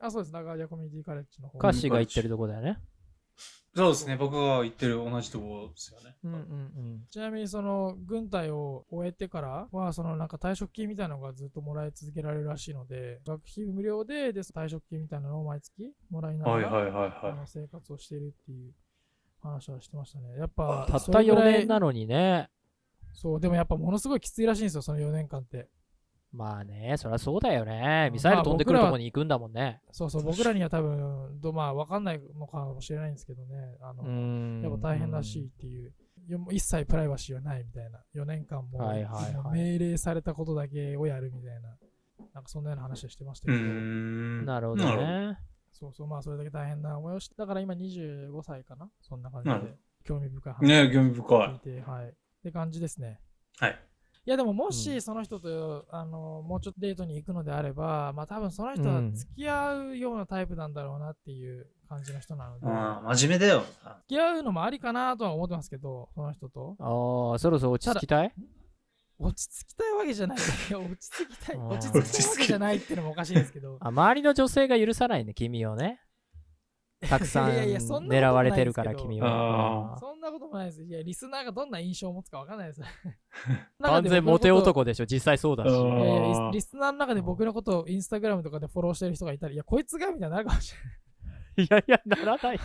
S1: あ、そうです、ラガーディアコミュニティカレッジの方。
S3: 歌詞が行ってるとこだよね。
S2: そうですね、僕が言ってる同じとこですよね。
S3: うんうんうん。
S1: ちなみに、その、軍隊を終えてからは、その、なんか退職金みたいなのがずっともらい続けられるらしいので、学費無料で、で、退職金みたいなのを毎月もらいなが
S2: はい
S1: ら、
S2: はいはい
S1: あ
S2: は
S1: の生活をしているっていう話はしてましたね。やっぱ、
S3: たっ
S1: そ
S3: た
S1: れぐ
S3: 4
S1: らい
S3: 年なのにね。
S1: そう、でもやっぱものすごいきついらしいんですよ、その4年間って。
S3: まあね、そりゃそうだよね。ミサイル飛んでくるとこに行くんだもんね。
S1: そうそう、僕らには多分、どまあ、わかんないのかもしれないんですけどね、あの、
S3: うん。
S1: やっぱ大変らしいっていう。よもう一切プライバシーはないみたいな。4年間も
S3: はいはいはい
S1: 命令されたことだけをやるみたいな。なんかそんなような話をしてました
S2: い。
S1: け
S2: うー
S1: ど、
S2: ん。
S3: なるほど
S2: なる
S3: ね。
S1: そうそう、まあそれだけ大変な思いをして、だから今25歳かなそんな感じ
S2: なるほ
S1: で。興味深い
S2: ほど。ね
S1: 話
S2: え、興味深
S1: 聞い
S2: い。
S1: て、はい。って感じですね。
S2: はい。
S1: いやでもも
S3: う
S1: し
S3: ん
S1: その人と、あのもうちょっとデートに行くのであれば、まあ多分その人
S3: う
S1: は
S3: ん
S1: 付き合うようなタイプなんだろうなっていう感じの人なので、
S2: ああ、真面目だよ。
S1: 付き合うのもありかなとは思ってますけど、その人と。
S3: ああ、そろそろ落ち着きたい
S1: 落ち着きたいわけじゃない。いや落ち着きたい。
S3: あー
S1: 落ち着きたいわけじゃないっていうのもおかしいですけど。
S3: あ周りの女性が許さないね、君をね。たくさ ん
S1: いやいやそんなことないですけ
S3: 狙
S1: ど
S3: われてるから、君は。
S1: そんなこともないです。いや、リスナーがどんな印象を持つかわかんないです。
S3: うん完全モテ男でしょ、実際そうだし。
S1: いや
S2: う
S1: いやリ
S2: あー
S1: スリスナーの中で僕のことをインスタグラムとかでフォローしてる人がいたら、いや、こいつがみたいになるかもしれない。
S3: いやいや、ならないし。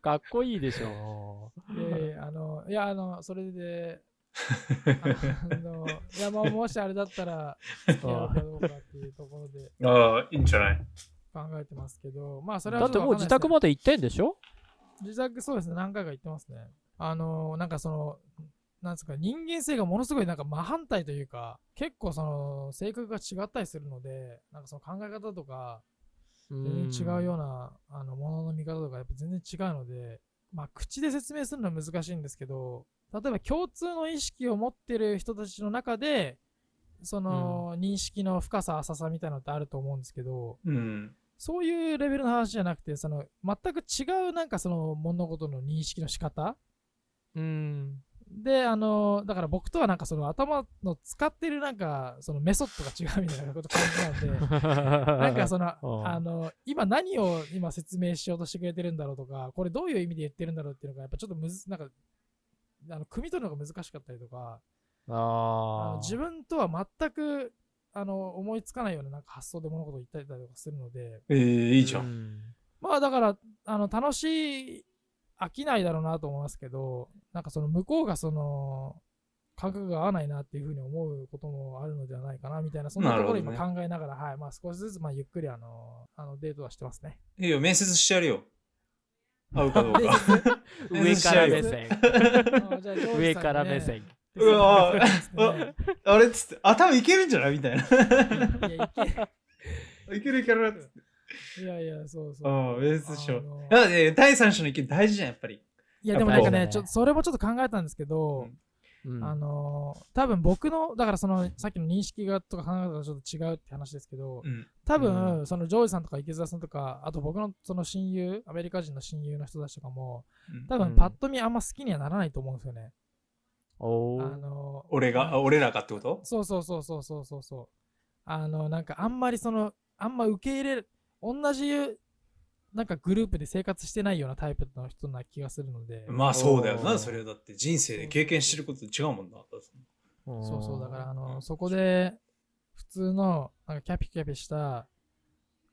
S3: かっこいいでしょ。
S1: いやいや、あの、いや、あの、それで、あのいやまあもしあれだったら付き合うかどうかっていうところで
S2: ああ、いいんじゃない
S1: 考えてますけど、まあそれは
S3: だってもう自宅
S1: も
S3: まで行ってんでしょ
S1: 自宅そうですね、何回か行ってますね。あのーなんかその、なんですか、人間性がものすごいなんか真反対というか、結構その性格が違ったりするので、なんかその考え方とか、全然違うようなあのものの見方とかやっぱ全然違うので、まあ、口で説明するのは難しいんですけど例えば共通の意識を持ってる人たちの中でその認識の深さ浅さみたいなのってあると思うんですけど
S2: うん。
S1: そういうレベルの話じゃなくてその全く違うなんかその物事の認識の仕方
S3: うん
S1: であのだから僕とはなんかその頭の使ってるなんかそのメソッドが違うみたいなこと感じな ので。な
S3: なん
S1: かその、
S3: うん
S1: あの、今何を今説明しようとしてくれてるんだろうとか、これどういう意味で言ってるんだろうっていうのが、やっぱちょっとむず、なんか、あの、汲み取るのが難しかったりとか、あの
S3: あ
S1: 自分とは全く、あの、思いつかないようななんか発想で物事を言ったりとかするので、
S2: ええい
S3: い
S2: いじゃん。
S1: まあだから、あの、楽しい、飽きないだろうなと思いますけど、なんかその向こうがその、感覚が合わないなっていうふうに思うこともあるのではないかなみたいな、そんなところを今
S2: なるほ
S1: 考えながら、はい、まあ少しずつ、まあゆっくりあの、あのデートはしてますね。
S2: いいよ、面接してやるよ。会うかどうか。
S3: 上から目線
S1: あじゃあ
S3: 上から目。線
S1: ジョージさんにね
S2: うわ
S1: 手伝ってもらって
S2: あれっつって、あ、多分いけるんじゃないみたいな。
S1: ますね いやい
S2: いけるいけるっつって。
S1: けいやいや、そうそう。
S2: うん、面接しよ
S1: あ
S2: う。
S1: の
S2: だからね第三者の意見大事じゃん、やっぱり。
S1: いや、でもなんか
S3: やっ
S1: ね、
S3: ぱ
S1: ちょっとそれもちょっと考えたんですけど、
S3: うん
S1: あのー、多分僕の、だからその、さっきの認識がとか考え方がちょっと違うって話ですけど、
S2: うん。
S1: 多分、そのジョージさんとか池澤さんとか、あと僕のその親友、アメリカ人の親友の人たちとかも、多
S3: う
S1: 分
S3: ん
S1: パッと見あんま好きにはならないと思うんですよね。
S3: お
S1: あ
S3: ー
S1: のー、
S2: 俺が、あ俺らがってこと
S1: そうそうそうそうそうそうそう。あの、なんかあんまりその、あんま受け入れる、同じ、なんかグループで生活してないようなタイプの人な気がするので、
S2: まあそうだよ
S3: お
S2: な、
S3: ー
S2: それはだって人生で経験してることと違うもんな。
S1: そうそう、だから、あ
S2: う
S1: の、
S2: ん
S1: そこで、普通の、なんかキャピキャピした、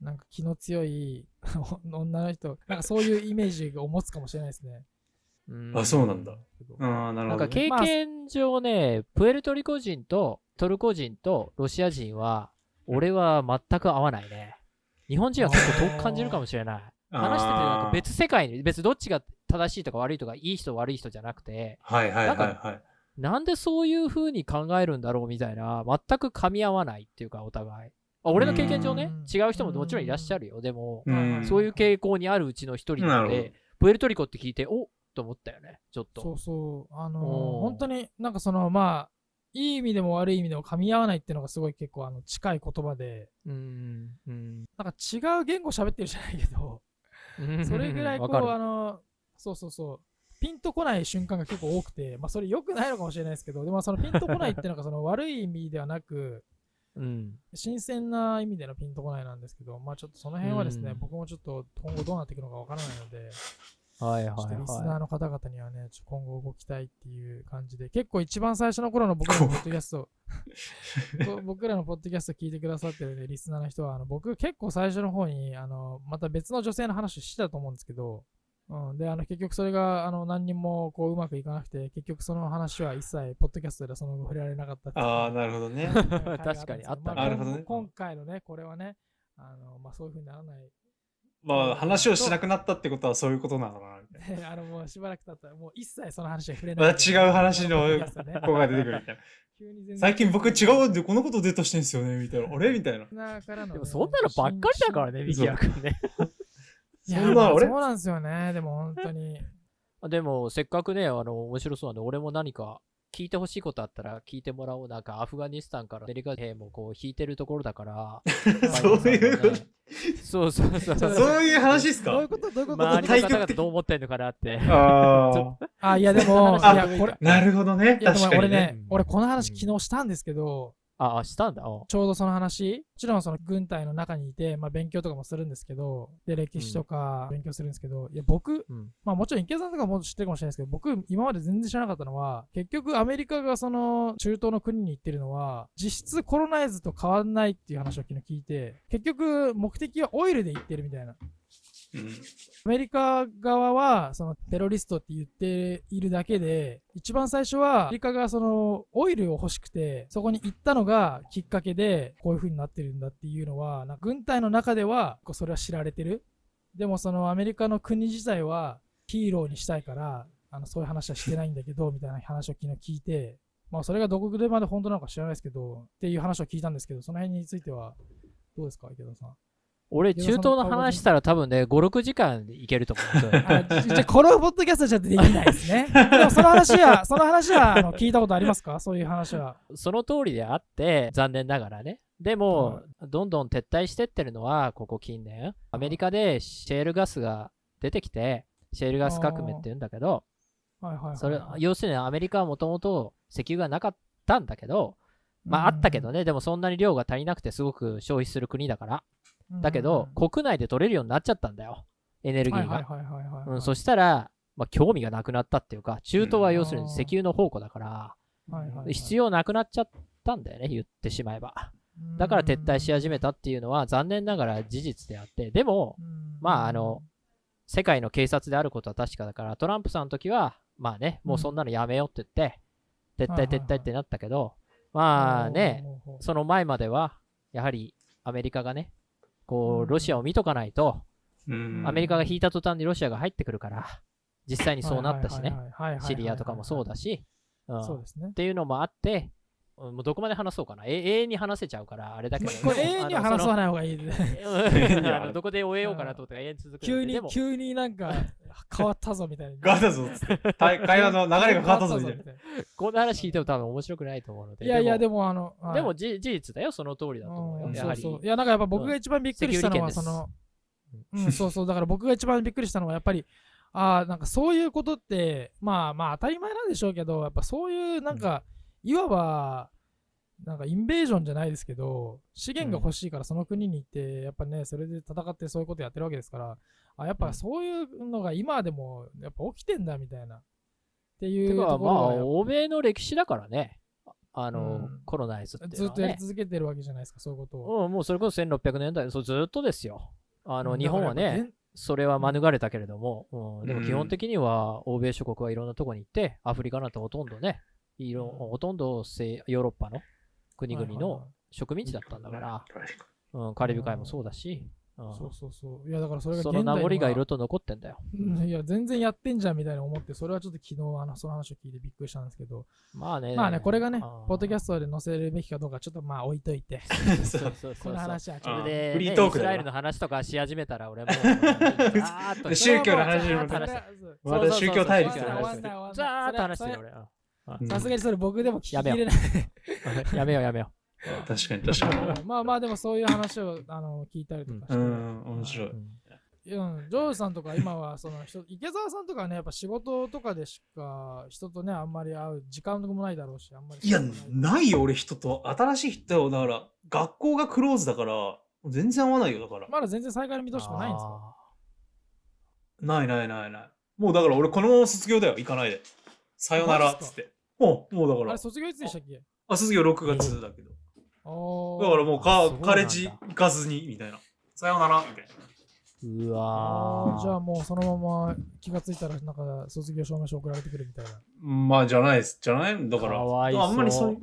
S1: なんか気の強い 女の人、なんかそういうイメージを持つかもしれないですね。
S3: うん
S2: あ、そうなんだ。
S1: けど
S2: ああ、なるほ
S3: な
S2: ど
S3: んか
S2: ね。
S3: 経験上ね、プエルトリコ人とトルコ人とロシア人は、俺は全く合わないね。日本人は結構遠く感じるかもしれない。
S2: あー
S3: 話しててなんか別世界に、別どっちが正しいとか悪いとか、いい人悪い人じゃなくて、
S2: はいはいはい
S3: なん
S2: はい。
S3: なんでそういう風に考えるんだろうみたいな、全く噛み合わないっていうか、お互い。あ俺の経験上ね
S1: うん、
S3: 違う人ももちろんいらっしゃるよ。でも、
S2: うん
S3: そういう傾向にあるうちの一人なの
S2: なる
S3: で、プエルトリコって聞いて、おっと思ったよね、ちょっ
S1: そ
S3: と。
S1: うそう。あのー
S3: おー
S1: 本当になんかその、まあ、いい意味でも悪い意味でも噛み合わないっていうのがすごい結構あの近い言葉で、
S3: うん。うん
S1: なんか違う言語喋ってるじゃないけど、それぐらいこ
S3: わ
S1: う、
S3: かる
S1: あの、そうそうそう、ピンとこない瞬間が結構多くて、まあそれ良くないのかもしれないですけど、でもそのピンとこないっていうのがその悪い意味ではなく、
S3: うん。
S1: 新鮮な意味でのピンとこないなんですけど、まあちょっとその辺はですね、
S3: うん
S1: 僕もちょっと今後どうなっていくのかわからないので、
S3: はい
S1: ちょっ
S3: は
S1: と
S3: い
S1: リス
S3: は
S1: ナーの方々にはね、ちょっと今後動きたいっていう感じで、結構一番最初の頃の僕らのポッドキャスト、こう僕らのポッドキャスト聞いてくださってるねリスナーの人は、あの僕結構最初の方に、あの、また別の女性の話をしてたと思うんですけど、うん、で、あの、結局それが、あの、何にもこううまくいかなくて、結局その話は一切、ポッドキャストではその後触れられなかったっていう
S2: ああ、なるほどね。
S1: はい
S3: 確かにあっ
S1: ま
S3: たね
S2: なるほどね
S1: 今回のね、これはね、あの、まあそういうふうにならない
S2: まあ話をしなくなったってことはそういうことなのかなみたい
S1: で あのもうしばらく経ったらもう一切その話は触れ
S2: ま
S1: ない。
S2: た違う話 の
S1: ポッドキャストね
S2: な。子が出てくるみたいな。
S1: 急に全然
S2: 最近僕違うんでこのことデートしてんすよねみたいな。あれみたい
S1: リ
S2: な。
S1: スナーからのね
S3: い。でもそんなのばっかりだからね、ミキヤ君ね。
S1: いや
S2: そんなの俺
S1: そうなんですよね。でも本当に。
S3: でも、せっかくね、あの、面白そうなんで、俺も何か聞いてほしいことあったら聞いてもらおう。なんか、アフガニスタンからアメリカ兵もこう、引いてるところだ から。
S2: そういうこと
S3: そうそうそう。
S1: そう
S2: そういう話です
S1: どうい
S2: か
S1: うことどういうこと
S3: 周りの方
S2: 対
S3: 々
S2: 極的
S3: どう思ってんのかなって。
S2: ああ。
S1: あ、いやでも、い
S2: あ
S1: やこれ、
S2: なるほどね。
S1: いやでも
S2: 確か
S1: 俺
S2: にね。
S1: ね、俺この話昨日したんですけど、
S3: あ、あしたんだ。お
S1: ちょうどその話、もちろんその軍隊の中にいて、まあ勉強とかもするんですけど、で歴史とか勉強するんですけど、いや僕、
S3: うん。
S1: まあもちろん池田さんとかも知ってるかもしれないですけど、僕今まで全然知らなかったのは、結局アメリカがその中東の国に行ってるのは、実質コロナイズと変わんないっていう話を昨日聞いて、結局目的はオイルで行ってるみたいな。アメリカ側は、そのテロリストって言っているだけで、一番最初は、アメリカがそのオイルを欲しくて、そこに行ったのがきっかけで、こういう風になってるんだっていうのは、なんか軍隊の中では、こうそれは知られてる。でもそのアメリカの国自体は、ヒーローにしたいから、あのそういう話はしてないんだけど、みたいな話を昨日聞いて、まあそれがどこでまで本当なのか知らないですけど、っていう話を聞いたんですけど、その辺については、どうですか、池田さん。。
S3: 俺、中東の話したら多分ね、5、6時間いけると思うそれ
S1: あじじゃあこのポッドキャストじゃできないですね。でもその話 は、その話はあの聞いたことありますかそういう話は。
S3: その通りであって、残念ながらね。でも、どんどん撤退してってるのは、ここ近年、アメリカでシェールガスが出てきて、シェールガス革命って言うんだけど、
S1: はいはいはい、
S3: それ要するにアメリカはもともと石油がなかったんだけど、まああったけどね、でもそんなに量が足りなくてすごく消費する国だから、
S1: うん、
S3: だけど、国内で取れるようになっちゃったんだよ、エネルギーが。うんそ
S1: し
S3: したら、まあ、興味がなくなったっていうか、中東は要するに石油の宝庫だから、
S1: て
S3: 必要なくなっちゃったんだよね、言ってしまえば。だから撤退し始めたっていうのは残念ながら事実であって、でも、まああの、世界の警察であることは確かだから、トランプさんの時は、まあね、もうそんなのやめようって言って、
S1: はいはいは
S3: 撤退撤
S1: い
S3: 退ってなったけど、まあね、、その前までは、やはりアメリカがね、こ
S1: うん
S3: う、ロシアを見とかないと、
S2: うん
S3: アメリカが引いた途端にロシアが入ってくるから、実際にそうなったしね、
S1: ね
S3: シリアとかもそうだし、うん
S1: そう
S3: っ
S1: ですね。
S3: ていうのもあって、うんもうどこまで話そうかな、え永遠に話せちゃうから、あれだけど、
S1: これ永遠には話さ
S3: い。
S1: ない方がいいです ね。
S3: うん
S2: いや
S3: あのどこで終えようかなと思って永遠続く ので
S1: 急に
S3: でも、
S1: 急になん か変わったぞみたいな。
S2: ガーだぞっつって。た会話の流れが変わったぞみたいな。
S1: な。
S3: こんな話聞いても多分面白くないと思うので。
S1: いやいや、でもあの、はい
S3: でもじ事実だよ、その通りだと思うよ。
S1: うん
S3: やはり。
S1: そうそういやなんかやっぱ僕が一番びっくりしたのは、
S3: うん
S1: その
S3: セキュリ、
S1: うん、そうそう、だから僕が一番びっくりしたのは、やっぱり、ああ、なんかそういうことって、まあまあ当たり前なんでしょうけど、やっぱそういう、なんか、いわば、なんかインベージョンじゃないですけど、資源が欲しいからその国に行って、やっぱね、それで戦ってそういうことやってるわけですから、あやっぱそういうのが今でも、やっぱ起きてんだみたいな。っていう
S3: て
S1: とこ
S3: か、
S1: ろ
S3: まあ、
S1: がやっ
S3: 欧米の歴史だからね。あの、
S1: うん
S3: コロナイズっ
S1: ぱ
S3: ていう
S1: ず
S3: の
S1: っ
S3: は、ね。
S1: とやり続けてるわけじゃないですか、そういうことを。
S3: うん、もうそれこそ1600年代、そうずっとですよ。あの、日本は
S1: だからやっぱ
S3: ね、
S1: 全、
S3: それは免れたけれども、うん、でも
S2: うん
S3: 基本的には、欧米諸国はいろんなとこに行って、アフリカなんてほとんどね、いろ
S1: うん
S3: ほとんど西ヨーロッパの国々
S1: はいはいはい
S3: の植民地だったんだから、
S2: 確か
S3: うん、カリビ海もそうだし、うん
S1: そうそうそう。いや、だからそれが
S3: その
S1: 現代
S3: 名
S1: には
S3: 残がいろいろと残ってんだよ。
S1: うんいや、全然やってんじゃんみたいな思って、それはちょっと昨日、あの、その話を聞いてびっくりしたんですけど、
S3: まあね。
S1: まあね、これがね、ポッドキャ
S3: ス
S1: ストで載せるべきかどうか、ちょっとまあ置いといて、
S2: にそ
S3: そううそうそ
S1: この
S3: うそう。
S1: 話はち
S3: そ
S1: ょっ
S2: あ
S1: と
S2: ー
S3: れで、ね、
S2: フリートーク
S3: イ
S2: だ
S3: スラ
S2: な
S3: エルの話とかし始めたら俺も。 ざーっと
S2: 宗教の話に
S1: ま
S2: も
S1: た
S2: ね。
S3: そう
S2: ま
S3: そ
S2: た
S3: うそう
S2: 宗教大陸
S3: そう
S2: の
S3: そう
S1: 終わ
S2: 話
S1: んない終わんない
S3: ざーっと話してる俺。うん
S2: うん
S1: さすがにそれ僕でも聞き
S3: やめよ
S1: 入
S3: う
S1: れない。
S3: やめようやめよ
S2: 確かに確か
S1: まあまあ、でもそういう話をあの聞いたりとかして。
S2: に。うん、面白
S3: う
S2: い。。
S1: うん、ジョージさんとか今はその人池澤さんとかねやっぱ仕事とかでしか人とねあんまり会う時間もないだろうしあんまり
S2: いや、ないよ、俺人と。新しい人よ。だから、学校がクローズだから、全然合わないよ、だから。
S1: まだ全然再開の見通しもないんですか
S3: あ
S2: ないないないない。もうだから俺このまま卒業だよ、行かないで。さよなら、
S1: マジっ
S2: つっ
S1: すか
S2: て。もう、もうだか
S1: あ
S2: ら
S1: れ。卒業いつでしたっけ
S2: あ、卒業6月だけど。だ
S1: だ
S2: からもう
S3: あ
S2: か
S3: そうなんだ
S2: カレッジ行かずに、みたいな。さよなら、みたいな。
S3: ーう
S1: あ
S3: わ
S1: ーじゃあもうそのまま気がついたらなんか卒業証明書送られてくるみたいな。
S2: まあ、じゃないです。じゃないだから。
S3: かわいそう
S2: あんまりそういう。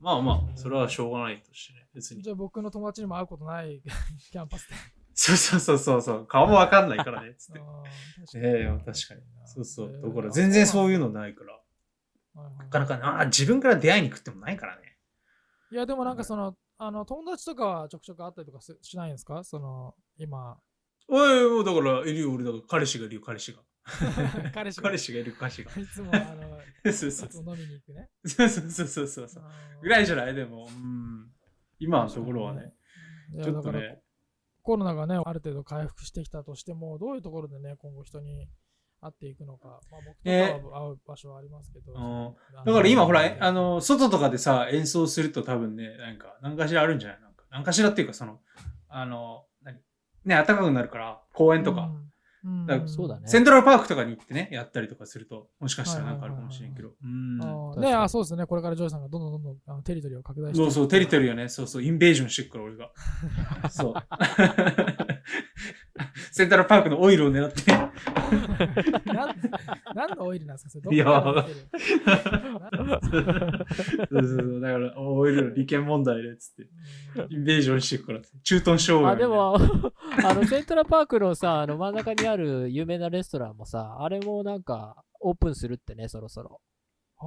S2: まあまあ、それはしょうがないとしてね。別に
S1: じ。ゃあ僕の友達にも会うことない キャンパスで。
S2: そうそうそうそうそう。顔もわかんないから ね、つって。
S1: あー
S2: ええいや確かに。そうそ
S1: え
S2: う。
S1: ー
S2: だから全然そういうのないから。
S1: はいはい
S2: なかなかね、ああ、自分から出会いに行くってもないからね。
S1: いやでもなんかその、あの友達とかはちょくちょく会ったりとかすしないんですかその 今、
S2: おい、もうだから、いるよ、俺だから、彼氏がいるよ、彼氏が。
S1: 彼氏が
S2: 彼氏がいるよ、彼氏が。
S1: いつもあの、い
S2: そうそう
S1: つも飲みに行くね。
S2: そうそうそうそうそうそう。ぐらいじゃないでも、うん。今のところはね、
S1: いや
S2: ちょっ
S1: だ
S2: と
S1: から
S2: ね、
S1: コロナがね、ある程度回復してきたとしても、どういうところでね、今後人に会っていくのか、まあ、僕と
S2: え
S1: かは会う場所はありますけど。
S2: うん
S1: あの
S2: だから今ほら、あの、外とかでさ、演奏すると多分ね、なんか、何かしらあるんじゃないなんか、何かしらっていうか、その、あの、何ね、暖かくなるから、公園とか、
S1: うん。うん
S2: だから
S3: そうだね
S2: セントラルパークとかに行ってね、やったりとかすると、もしかしたらなんかあるかもしれんけど、うん。
S1: あ
S3: 確
S1: ー
S3: か
S1: ね
S3: に
S1: あ、そうですね。これからジョイさんがどんどんどんどんあのテリトリーを拡大して。
S2: そうそう、テリトリーよね。そうそう、インベージョンしてくから、俺が。そう。 セントラルパークのオイルを狙って。
S1: なん何のオイルなんですかそれ
S2: いや
S1: どこから出てる
S2: そうそうそうだから、オイルの利権問題で、つって。インベージョンしていくからって。中東商
S3: あ
S2: 売。
S3: で、も、 あの、セントラパークのさ、あの真ん中にある有名なレストランもさ、あれもなんか、オープンするってね、そろそろ。
S1: あ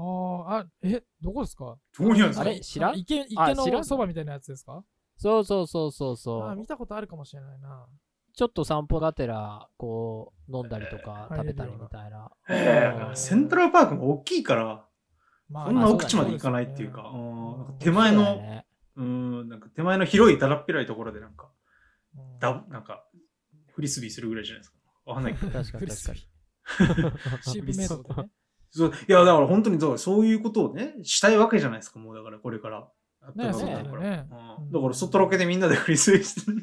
S1: ーあ、え、どこですか
S2: どこにあるんです
S3: あ
S2: か
S3: れ知らん
S1: 池池
S3: あ知ら
S1: の
S3: ん
S1: そばみたいなやつですか
S3: そうそうそうそう
S1: あ
S3: そ
S1: ー
S3: う。
S1: 見たことあるかもしれないな。
S3: ちょっと散歩がてら、こう、飲んだりとか
S1: えー
S3: 食べたりみたいな。
S2: え
S1: う
S2: え
S1: ん
S2: セントラルパークも大きいから、
S1: ま
S2: そんな
S3: あ
S2: 奥地まで行かないっていうか、
S1: そ
S2: うんなん
S1: う
S2: か
S1: ん
S2: 手前の、
S3: そうだよね
S2: うん、なんか手前の広いだらっぺらいところでなんか、
S1: うですよね
S2: だ、なんか、フリスビーするぐらいじゃないですか。わかんないけど。
S3: 確かに
S1: フ
S3: 確
S1: リス
S3: か
S1: ビ
S3: に。
S1: うんシープメイドでね。
S2: そういや、だから本当にそうそういうことをね、したいわけじゃないですか、もうだからこれから。
S1: ね
S2: そう
S3: そうだ
S1: よ
S2: だから。
S1: ね
S2: うんだから外ロケでみんなでフリスビーしてる。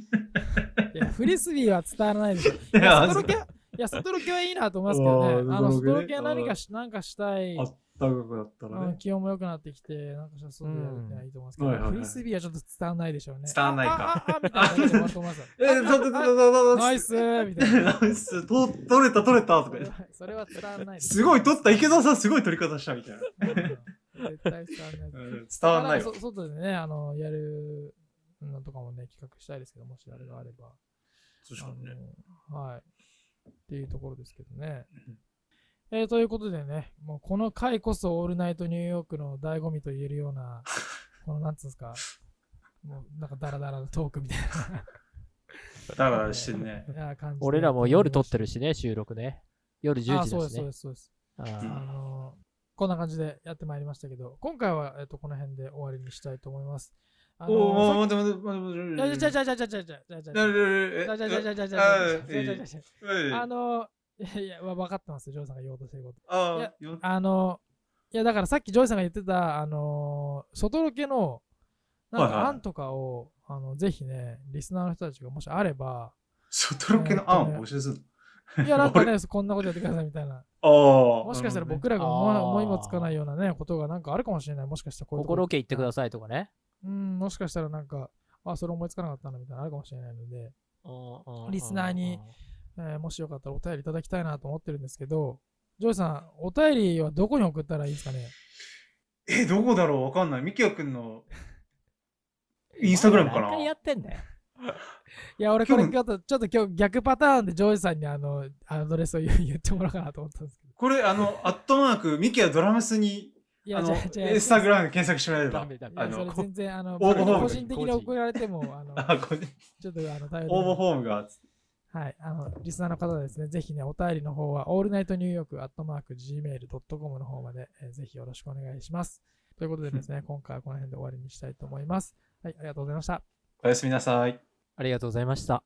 S1: いや、フリスビーは伝わら ないでしょ。い
S2: いや
S1: や、ストロケは、いや、ストロケはいいなと思いますけ
S2: あ
S1: どね。
S2: ー
S1: あの、
S2: ス
S1: ス
S2: ト
S1: ト
S2: ロ
S1: ロ
S2: ケね
S1: ケは何かし、何かしたい。
S2: あったかくなった
S1: あ
S2: ら
S1: の
S2: ね。
S1: 気温も良くなってきて、なんかしたら外でやるってのはいいと思うんですけ
S2: うんはいはいは
S1: ど、
S2: い
S1: フリスビーはちょっと伝わんないでしょうね。
S2: 伝わんないか
S1: あ。あああみたいな感じで終わると思い
S2: 。
S1: ますよ
S2: え、ちょっと、ちょっと、ちょっと、
S1: ナイスーみたい な。
S2: スと取れた取れたとか言って
S1: それは伝わんないでょ
S2: すごい取った 池田さんすごい取り方したみたいな。
S1: うん 絶対伝わんない。
S2: うん伝わんな
S1: まあ
S2: いよ
S1: んか。そ外でね、あの、やるのとかもね、企画したいですけど、もしあれがあれば。
S2: 確かにね。
S1: あのはい。っていうところですけどね。えーということでね、もうこの回こそオールナイトニューヨークの醍醐味と言えるような、このなんつうんですか、もうなんかダラダラのトークみたい
S2: だからしてね。
S1: ないや感じで。
S3: 俺らも夜撮って
S1: る
S3: るしね、収録ね。夜10時
S1: あ
S3: だ
S1: ー、そうです、
S3: し
S1: そう
S3: ね
S1: です、そうです。
S3: あ
S1: あ
S3: ー。
S1: のーこんな感じでやってまいりましたけど、今回は、えっとこの辺で終わりにしたいと思います。あのー
S2: おお、
S1: さ
S2: 待って待って待って
S1: っきいやい
S2: 待っ
S1: や
S2: て。
S1: ちゃうちゃうちゃうちゃうちゃうちゃうちゃうちゃう
S2: じ
S1: じゃじゃじゃじゃじゃじゃじゃじゃじゃあの ー、いやいや、わ分かってますよ、ジョーさんが言おうとしてること。
S2: あ
S1: あのー、いや、だからさっきジョーさんが言ってた、あのー、外ロケの、なん
S2: はいは
S1: か
S2: い
S1: 案とかを、あの、ぜひね、リスナーの人たちがもしあれ ば、
S2: 外ロケの案を募集する
S1: いや、なんかね、こんなことやってくださいみたいな。
S2: の。ああ。
S1: もしかしたら僕らが思わ
S3: あー
S1: 思いもつかないようなね、ことがなんかあるかもしれない。もしかしたらこういう
S3: こ
S1: と
S3: こ
S1: こ
S3: ロケ行ってくださいとかね。
S1: うん、もしかしたらなんか、あ、それ思いつかなかったなみたいなのあるかもしれないので、
S3: うんうんうん
S1: リスナーにえーもしよかったらお便りいただきたいなと思ってるんですけど、ジョージさん、お便りはどこに送ったらいいですかね
S2: え、どこだろうわかんない。ミキヤ君のインスタグラムかな
S3: 何回やってんだよ。
S1: いや、俺こ
S2: 今
S1: れ
S2: 日
S1: ちょっと、ちょっと今日逆パターンでジョージさんにあの、アドレスを言う言ってもらおうかなと思ったんですけど。
S2: これ、あの、アットマーク、ミキヤドラムスに、
S1: い
S2: あ
S1: や、じ
S2: の
S1: ゃあ、じゃ、あ、
S2: インスタグラムで検索してもらえれ
S3: ダ
S2: ば。
S3: メダ
S1: い
S3: メ
S1: や
S2: あの
S1: それ全然、あの、
S2: 応募フォーム
S1: 個人的に送られても、あの、
S2: あ、これ、
S1: ちょっとあの、頼り
S2: 応募フォームが、
S1: はい、あの、リスナーの方はですね、ぜひね、お便りの方は、オールナイトニューヨークアットマーク Gmail.com の方まで、えーぜひよろしくお願いします。ということでです ね、今回はこの辺で終わりにしたいと思います。はい、ありがとうございました。
S2: おやすみなさい。
S3: ありがとうございました。